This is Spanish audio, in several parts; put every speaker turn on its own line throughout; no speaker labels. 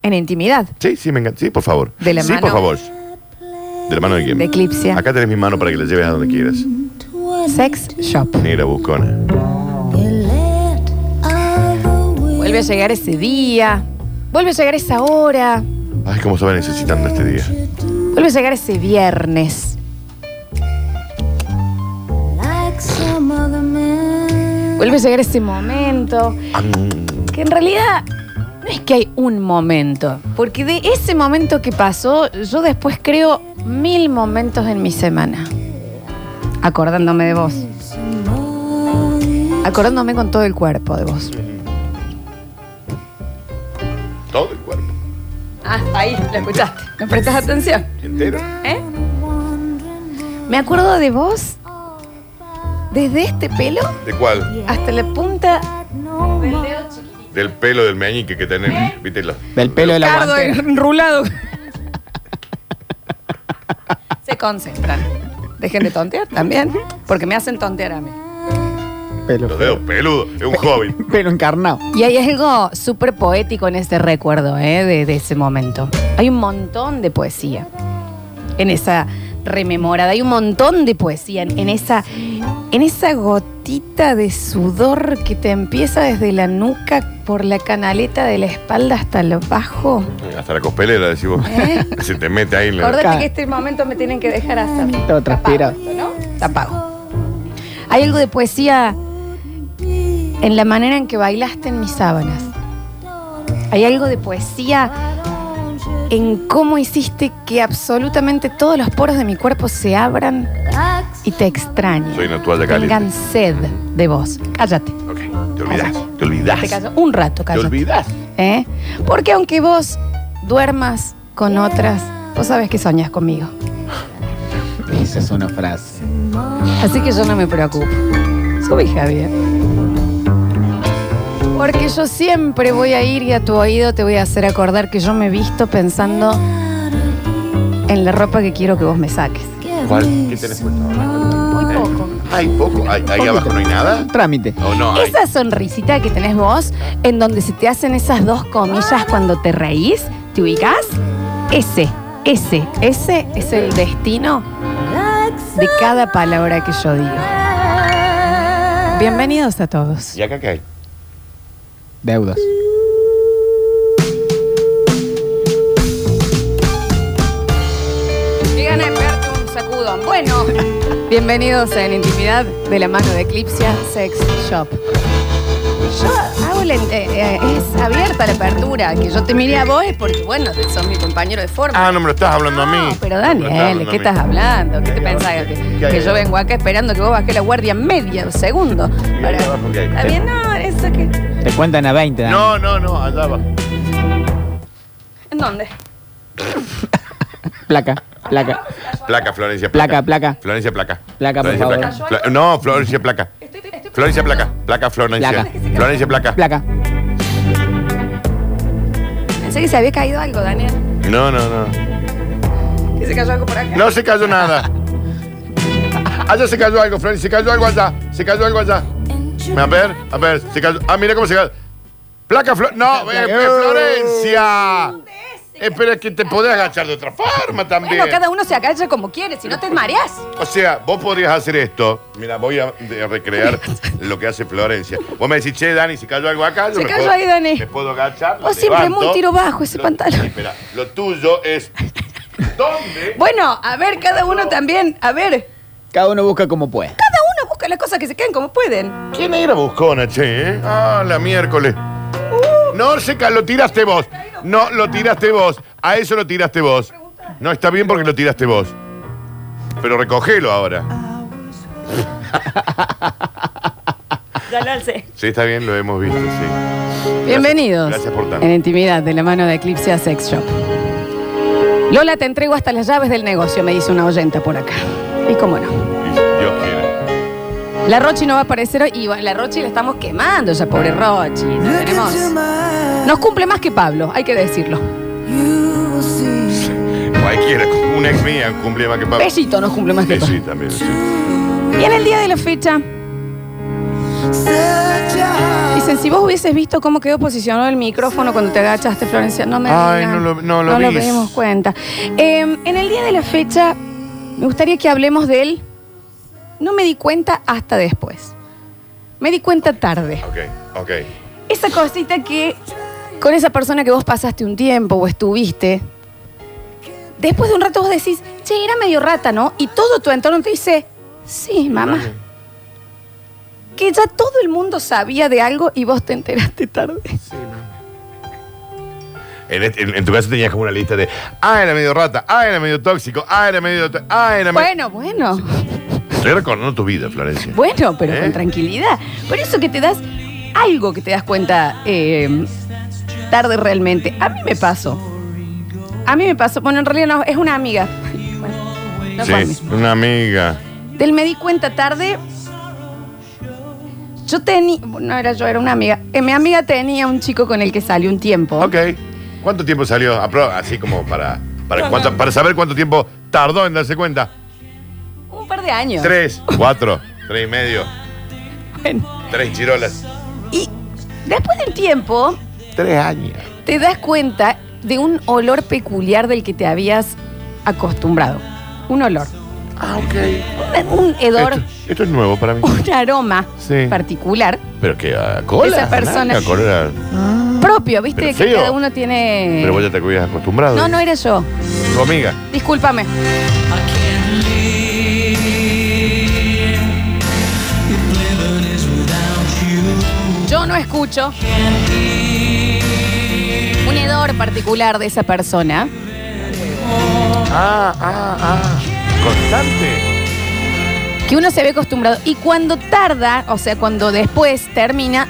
En intimidad.
Sí, sí, me encanta. Sí, por favor.
De la
sí,
mano.
por favor. De la mano de quién.
De Eclipse.
Acá tenés mi mano para que la lleves a donde quieras.
Sex Shop.
Negra buscona.
Vuelve a llegar ese día. Vuelve a llegar esa hora.
Ay, cómo se va necesitando este día.
Vuelve a llegar ese viernes. Vuelve a llegar ese momento.
Ah,
Que en realidad no es que hay un momento. Porque de ese momento que pasó, yo después creo mil momentos en mi semana. Acordándome de vos. Acordándome con todo el cuerpo de vos.
Todo el cuerpo.
Ah, ahí, lo escuchaste. ¿Me prestas atención?
Entero.
¿Eh? Me acuerdo de vos desde este pelo
¿De cuál?
hasta la punta del dedo chiquito.
Del pelo del meñique que tenés. ¿Viste? la-
Del pelo de la
Cardo
guantera.
enrulado. Se concentran. Dejen de tontear también, porque me hacen tontear a mí.
Pelo,
Los dedos peludos. Es un hobby.
pelo encarnado.
Y hay algo súper poético en ese recuerdo, ¿eh? de, de ese momento. Hay un montón de poesía en esa rememorada, hay un montón de poesía en, en esa, en esa gotita de sudor que te empieza desde la nuca por la canaleta de la espalda hasta lo bajo.
Hasta la cospelera, decís vos.
¿Eh?
Se te mete ahí. en la-
Acordate que este momento me tienen que dejar hacer.
Todo transpirado.
Tapado esto, ¿no? Tapado. Hay algo de poesía en la manera en que bailaste en mis sábanas. Hay algo de poesía en cómo hiciste que absolutamente todos los poros de mi cuerpo se abran y te extrañen.
Soy una toalla caliente.
Tengan sed de vos. Cállate.
Ok, te olvidás. Te olvidás.
Te callo. Un rato,
Te
cállate.
olvidás.
¿Eh? Porque aunque vos duermas con otras, vos sabés que soñás conmigo.
Esa es una frase.
Así que yo no me preocupo. Subí, Javier. Porque yo siempre voy a ir y a tu oído te voy a hacer acordar que yo me he visto pensando en la ropa que quiero que vos me saques.
¿Cuál? ¿Qué tenés puesto
Muy
ahora?
poco.
Hay poco. Ay, Ahí
Poquito.
abajo no hay nada.
Trámite.
¿O no hay?
Esa sonrisita que tenés vos, en donde se te hacen esas dos comillas cuando te reís, ¿te ubicás? Ese, ese, ese es el destino de cada palabra que yo digo. Bienvenidos a todos.
¿Y acá qué hay?
Deudas.
Llegan a pegarte un sacudón. Bueno, bienvenidos a En Intimidad de la mano de Eclipsia Sex Shop. Yo hago la, eh, eh, es abierta la apertura. Que yo te miré a vos es porque, bueno, sos mi compañero de forma.
Ah, no me lo estás hablando a mí.
pero
No me lo
Daniel, ¿qué
estás
estás
hablando a
hablando?
mí.
¿Qué
¿Qué
te
hay
pensás?
abajo?
Que,
¿Qué hay
que yo
abajo?
vengo acá esperando que vos bajes la guardia medio segundo.
ahí
Para-
abajo qué hay?
¿Está bien? No, eso que...
Te cuentan a 20, Dani.
No, no, no, allá abajo.
¿En dónde?
Placa, placa.
Placa, Florencia,
Placa,
placa.
placa.
Florencia, placa.
Placa, por
Florencia,
favor.
placa. Fla- no, Florencia, placa.
Estoy, estoy
Florencia, placa. Placa, Florencia.
Placa.
Florencia, placa.
Placa.
Pensé que se había caído algo, Daniel.
No, no, no.
Que se cayó algo por acá.
No se cayó nada. Allá se cayó algo, Florencia. Se cayó algo allá. Se cayó algo allá. A ver, a ver. Se cayó. Ah, mira cómo se cayó. Placa, Flo- No, eh, eh, Florencia. Espera, que te podés agachar de otra forma también.
Bueno, cada uno se agacha como quiere, si no te mareas.
O sea, vos podrías hacer esto. Mira, voy a de- a recrear lo que hace Florencia. Vos me decís, che, Dani, si cayó algo acá, yo
Se
me
cayó
puedo-
ahí, Dani.
Me puedo agachar.
Vos
lo
siempre
levanto.
muy tiro bajo ese
Lo-
pantalón.
Espera, lo tuyo es. ¿Dónde?
Bueno, a ver, cada uno también, a ver,
Cada uno busca como puede.
cada uno busca las cosas que se queden como pueden.
¿Quién era buscona, che? eh? Ah, la miércoles. No, seca, lo tiraste vos. No, lo tiraste vos. A eso lo tiraste vos. No, está bien porque lo tiraste vos. Pero recogelo ahora.
Ya lo alcé.
Sí, está bien, lo hemos visto, sí.
Bienvenidos.
Gracias por tanto.
En intimidad, de la mano de Eclipse a Sex Shop. Lola, te entrego hasta las llaves del negocio, me dice una oyenta por acá. Y cómo no.
Y Dios quiera.
La Rochi no va a aparecer hoy. Y bueno, la Rochi la estamos quemando ya, pobre Rochi. No tenemos. Nos cumple más que Pablo, hay que decirlo.
Cualquiera, una ex mía cumple más que Pablo.
Besito nos cumple más que
Sí,
Pablo.
sí, también. sí.
Y en el día de la fecha, Dicen, si vos hubieses visto cómo quedó posicionado el micrófono cuando te agachaste, Florencia, no me
Ay,
digas.
no lo- no lo vi.
nos dimos cuenta. Eh, en el día de la fecha, me gustaría que hablemos de él. No me di cuenta hasta después. Me di cuenta tarde.
Ok, ok.
Esa cosita que con esa persona que vos pasaste un tiempo o estuviste, después de un rato vos decís, che, era medio rata, ¿no? Y todo tu entorno te dice, sí, mamá. Que ya todo el mundo sabía de algo y vos te enteraste tarde.
En, este- en- en tu caso tenías como una lista de, ah, era medio rata, ah, era medio tóxico, ah, era medio... to- Ah, era
Bueno,
medio...
bueno,
Estoy recordando tu vida, Florencia.
bueno, pero
¿Eh?
con tranquilidad. Por eso que te das algo que te das cuenta eh, tarde realmente. A mí me pasó. A mí me pasó. Bueno, en realidad no, es una amiga. Bueno, no fue a mí.
sí, una amiga.
Del me di cuenta tarde. Yo tenía. No era yo, era una amiga. Eh, mi amiga tenía un chico con el que salió un tiempo.
Ok. ¿Cuánto tiempo salió? Apro- Así como para, para, cuánto- para saber cuánto tiempo tardó en darse cuenta.
Un par de años.
Tres, cuatro, tres y medio,
Bueno,
tres chirolas.
y después del tiempo,
Tres años.
te das cuenta de un olor peculiar del que te habías acostumbrado. Un olor.
Ah, ok.
Un, un hedor.
Esto, esto es nuevo para mí.
Un aroma
Sí.
particular.
Pero que a cola.
Esa persona.
A cola.
Propio, ¿viste?
Pero
que
feo.
cada uno tiene.
Pero vos ya te habías acostumbrado.
No, no era yo.
Tu amiga.
Discúlpame. Yo no escucho un hedor particular de esa persona.
Ah, ah, ah. Constante.
que uno se ve acostumbrado. Y cuando tarda, o sea, cuando después termina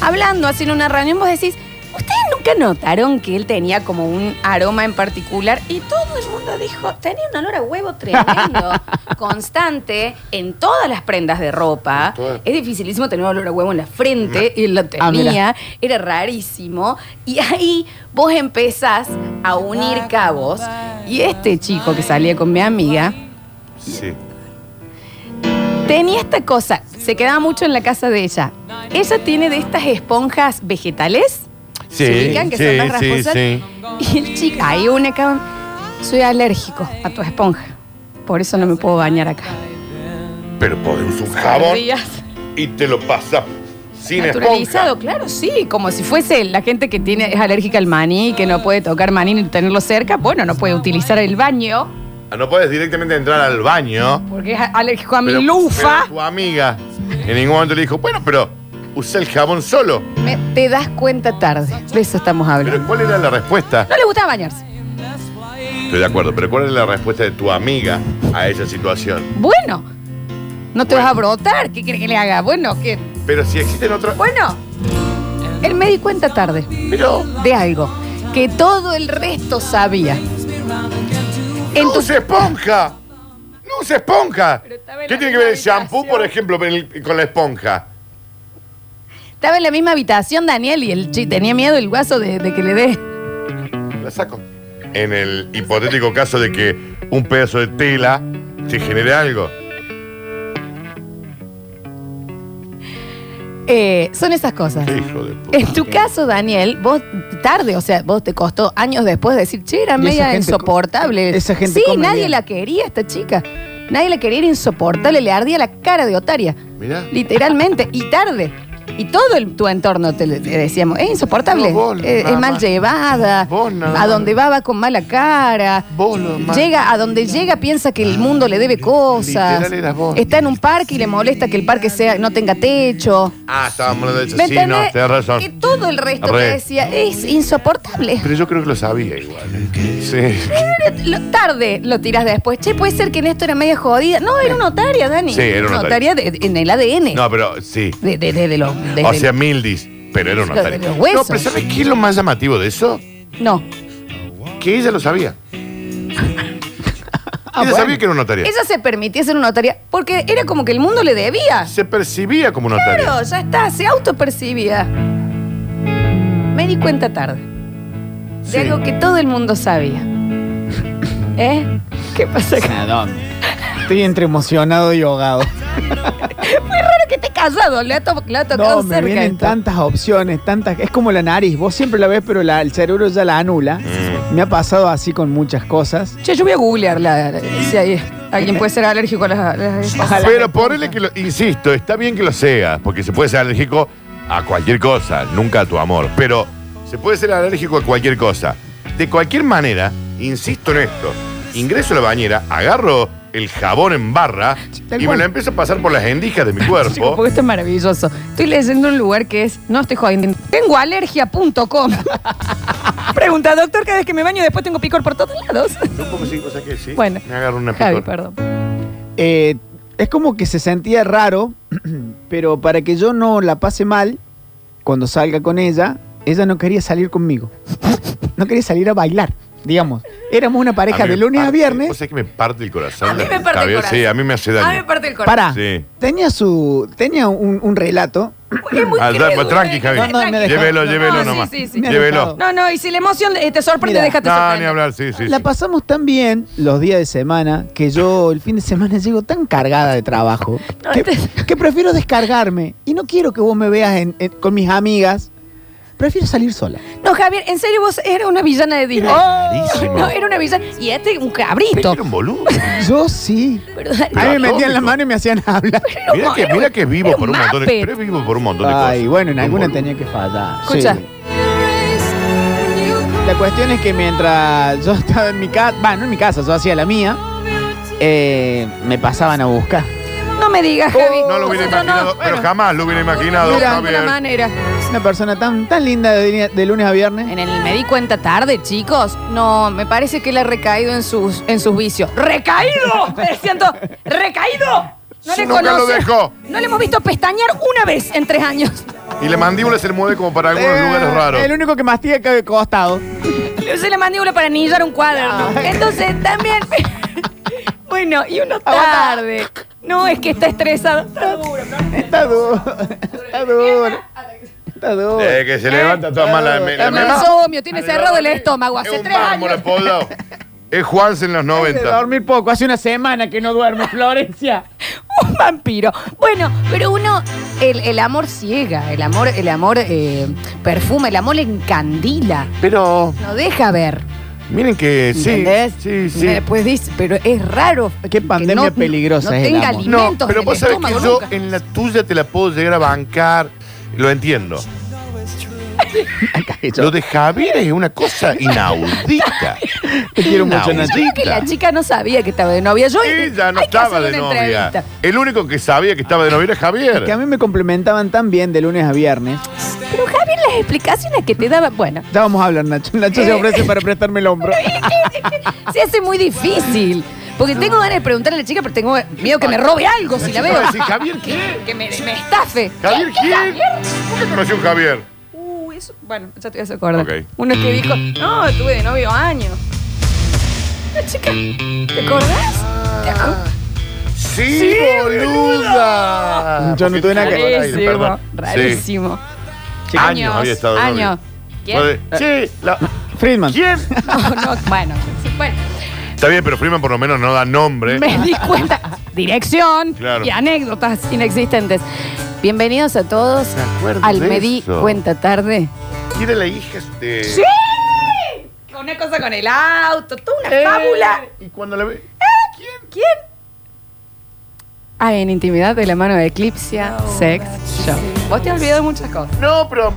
hablando, haciendo una reunión, vos decís, ¿ustedes nunca notaron que él tenía como un aroma en particular? Y todo el mundo dijo, tenía un olor a huevo tremendo, constante, en todas las prendas de ropa.
Todas.
Es dificilísimo tener un olor a huevo en la frente, y él lo
Ah,
tenía, era rarísimo. Y ahí vos empezás a unir cabos. Y este chico que salía con mi amiga,
Sí.
Tenía esta cosa, se quedaba mucho en la casa de ella. Ella tiene de estas esponjas vegetales. ¿Se ubican que son más rasposas? Y el chico, hay una acá. Soy alérgico a tu esponja. Por eso no me puedo bañar acá.
Pero podés un jabón
Días.
y te lo pasas sin esponja.
Naturalizado, claro, sí. Como si fuese la gente que tiene, es alérgica al maní, que no puede tocar maní ni tenerlo cerca. Bueno, no puede utilizar el baño
Ah, No puedes directamente entrar al baño.
porque es alérgico a mi
Pero-
lufa.
pero tu amiga en ningún momento le dijo, bueno, pero usa el jabón solo.
Me- te das cuenta tarde. De eso estamos hablando.
Pero ¿cuál era la respuesta?
No le gustaba bañarse.
Estoy de acuerdo, pero ¿cuál es la respuesta de tu amiga a esa situación?
Bueno, no te
Bueno.
vas a brotar. ¿Qué quieres que le haga? Bueno, que.
Pero si existen otros.
Bueno, él me di cuenta tarde
Pero.
de algo que todo el resto sabía. En
¡No
tu-
usa esponja! ¡No usa esponja!
Pero estaba en
¿Qué
la
tiene que
misma
ver el shampoo,
habitación.
por ejemplo, en el- con la esponja?
Estaba en la misma habitación Daniel y el chi- tenía miedo el guaso de, de que le dé.
La saco. En el hipotético caso de que un pedazo de tela te genere algo.
Eh, son esas cosas.
¡Qué hijo de puta!
En tu caso, Daniel, vos tarde, o sea, vos te costó años después decir, che, era
Y esa
media
gente co-
insoportable.
esa gente
sí,
come
nadie
bien.
la quería esta chica. Nadie la quería, era insoportable, le ardía la cara de otaria.
Mirá.
Literalmente, y tarde. Y todo el- tu entorno te, le- le decíamos, es insoportable,
No, vos
eh,
nada
es mal
más.
llevada,
Vos nada
a donde va va con mala cara,
Vos lo más-
llega a donde llega piensa que el mundo le debe cosas,
Literal eras vos.
está en un parque y le molesta que el parque sea no tenga techo.
Ah, estábamos hablando de eso.
¿Me
Sí, no,
entendés?
tenés razón.
Que todo el resto
Re.
que decía es insoportable.
Pero yo creo que lo sabía igual. ¿eh? Sí.
Lo- tarde lo tiras después. Che, puede ser que en esto era media jodida. No, era una otaria, Dani.
Sí, era una otaria.
de- en el ADN.
No, pero sí.
De, de, de- de lo- desde
O
el-
sea, Mildis. Pero era una
Los-
tarea.
los huesos.
No, pero ¿sabes qué es lo más llamativo de eso?
no.
Que ella lo sabía.
Ah,
ella
bueno.
sabía que era una tarea.
Ella se permitía ser una otaria porque era como que el mundo le debía.
Se percibía como una
Claro,
tarea.
ya está, se autopercibía. Me di cuenta tarde. De
Sí.
algo que todo el mundo sabía. ¿Eh? ¿Qué pasa acá?
¿A dónde? Estoy entre emocionado y ahogado.
Muy raro que esté casado, le ha, to- le ha tocado
No, me
cerca.
vienen
esto.
tantas opciones, tantas. Es como la nariz, vos siempre la ves, pero la- el cerebro ya la anula. Me ha pasado así con muchas cosas.
Che, yo voy a googlear la- la- si hay, alguien puede ser alérgico a las. las-
Pero ponele que lo. Insisto, está bien que lo seas, porque se puede ser alérgico a cualquier cosa, nunca a tu amor. Pero se puede ser alérgico a cualquier cosa. De cualquier manera, insisto en esto: ingreso a la bañera, agarro el jabón en barra
tal
y me
cual.
lo empiezo a pasar por las endijas de mi
Chicos,
cuerpo.
porque esto es maravilloso. Estoy leyendo un lugar que es. No estoy jodiendo. Tengo alergia.com. Pregunta, doctor, cada vez que me baño después tengo picor por todos lados.
Un poco sí, cosa que sí.
Bueno.
Me agarro una
Javi,
picor.
perdón.
Eh, es como que se sentía raro, pero para que yo no la pase mal, cuando salga con ella, ella no quería salir conmigo. No quería salir a bailar, digamos. Éramos una pareja
mí
de
me
lunes a
parte-
viernes.
O sea que me parte el corazón.
A mí
la-
me parte el
Javier,
corazón.
Sí, a mí me hace
A mí me
daño.
parte el corazón.
Pará,
Sí.
tenía su. tenía un, un relato.
Es muy
Ah,
crédulo,
da- tranqui,
eh,
Javi.
No, no, me dejó-
Llévelo,
no,
llévelo
no, sí,
nomás.
sí, sí.
Me ha
Llévelo.
dejado.
No, no, y si la emoción eh, te sorprende,
Mira.
déjate
No,
sorprender.
ni hablar, sí, sí.
La
sí.
pasamos tan bien los días de semana que yo el fin de semana llego tan cargada de trabajo
No,
que,
te-
que prefiero descargarme. Y no quiero que vos me veas en- en- con mis amigas. Prefiero salir sola.
No, Javier, en serio vos eras una villana de Disney. Oh,
Clarísimo.
No, era una villana. Y este un
Pero
cabrito.
era un boludo.
Yo sí.
Pero dale,
A mí me
Atómico.
metían la mano y me hacían hablar.
Mira que, mira que es vivo
Era
por
un
un montón de
Muppet.
pero es vivo por un montón de cosas.
Ay, bueno, en
Un
alguna
boludo.
tenía que fallar.
Escucha.
Sí. La cuestión es que mientras yo estaba en mi casa, va, no en mi casa, yo hacía la mía, eh, me pasaban a buscar.
no me digas, Javi.
No lo hubiera
Nosotros no.
imaginado, pero jamás lo hubiera imaginado,
Mira, de
Javier.
una manera.
Una persona tan, tan linda de, de lunes a viernes.
En el me di cuenta tarde, chicos. No, me parece que él ha recaído en sus, en sus vicios. ¡Recaído! Me siento, ¡recaído! No
Sí,
le
nunca lo
conoce-
dejó.
No le hemos visto pestañear una vez en tres años.
Y la mandíbula se le mueve como para algunos
Eh,
lugares raros.
El único que mastiga que costado.
Le usé la mandíbula para anillar un cuaderno.
Ah.
Entonces también. bueno, y uno tarde. No, es que está estresado.
Está duro. Está duro. Está duro.
Eh, que se levanta toda mala. me- La
Está
mema-
insomnio, Eh, tiene cerrado el estómago.
Es
Hace
un
tres
mármol
años.
apodo. Es Juanse en los
De
90.
dormir poco. Hace una semana que no duermo, Florencia.
Un vampiro. Bueno, pero uno, el, el amor ciega, el amor, el amor eh, perfuma, el amor le encandila,
Pero
no deja ver.
miren que sí.
¿Entendés?
Sí, sí.
Después dice, pero es raro. que
pandemia peligrosa
no
es el
tenga
amor.
No,
alimentos
pero
en el
vos sabés que
estómago
yo
nunca.
en la tuya te la puedo llegar a bancar. Lo entiendo. Lo de Javier es una cosa inaudita.
Te quiero mucho,
Inaudita.
Nacho.
Creo que la chica no sabía que estaba de novia. Yo
Ella no
hay que
estaba
hacerle
de
una
novia.
entrevista.
El único que sabía que estaba de novia era Javier.
Que a mí me complementaban tan bien de lunes a viernes.
Pero Javier, las explicaciones que te daba, bueno,
Ya vamos a hablar, Nacho. Nacho se ofrece para prestarme el hombro.
se hace muy difícil. Porque tengo ganas de preguntarle a la chica, pero tengo miedo que me robe algo si la veo.
Sí, Javier, ¿qué?
Que me, me estafe.
¿Javier quién? ¿Por qué conoció a un Javier?
Uh, eso, bueno, ya te voy a acordar.
Ok.
Uno que dijo, no, estuve de novio años. La chica, ¿te acordás?
Ah.
¿Te acordás?
Sí,
Sí,
boluda.
Yo no tuve nada que-
Porque- Ay,
Rarísimo,
perdón. Sí.
rarísimo.
Años había estado de novio.
Años. ¿Quién?
Fue de- Sí, la-
Friedman.
¿quién?
No, no, bueno, sí, bueno.
Está bien, pero Freeman por lo menos no da nombre.
Me di cuenta. Dirección
Claro.
y anécdotas inexistentes. Bienvenidos a todos
Me acuerdo
al
de
Me di
eso.
cuenta tarde.
Tiene la hija este, de.
¡Sí! Una cosa con el auto, toda una
Eh,
fábula.
Y cuando la ve.
¿Quién? Ah, en intimidad de la mano de Eclipse Sex Show. Vos te has olvidado de muchas cosas.
No, pero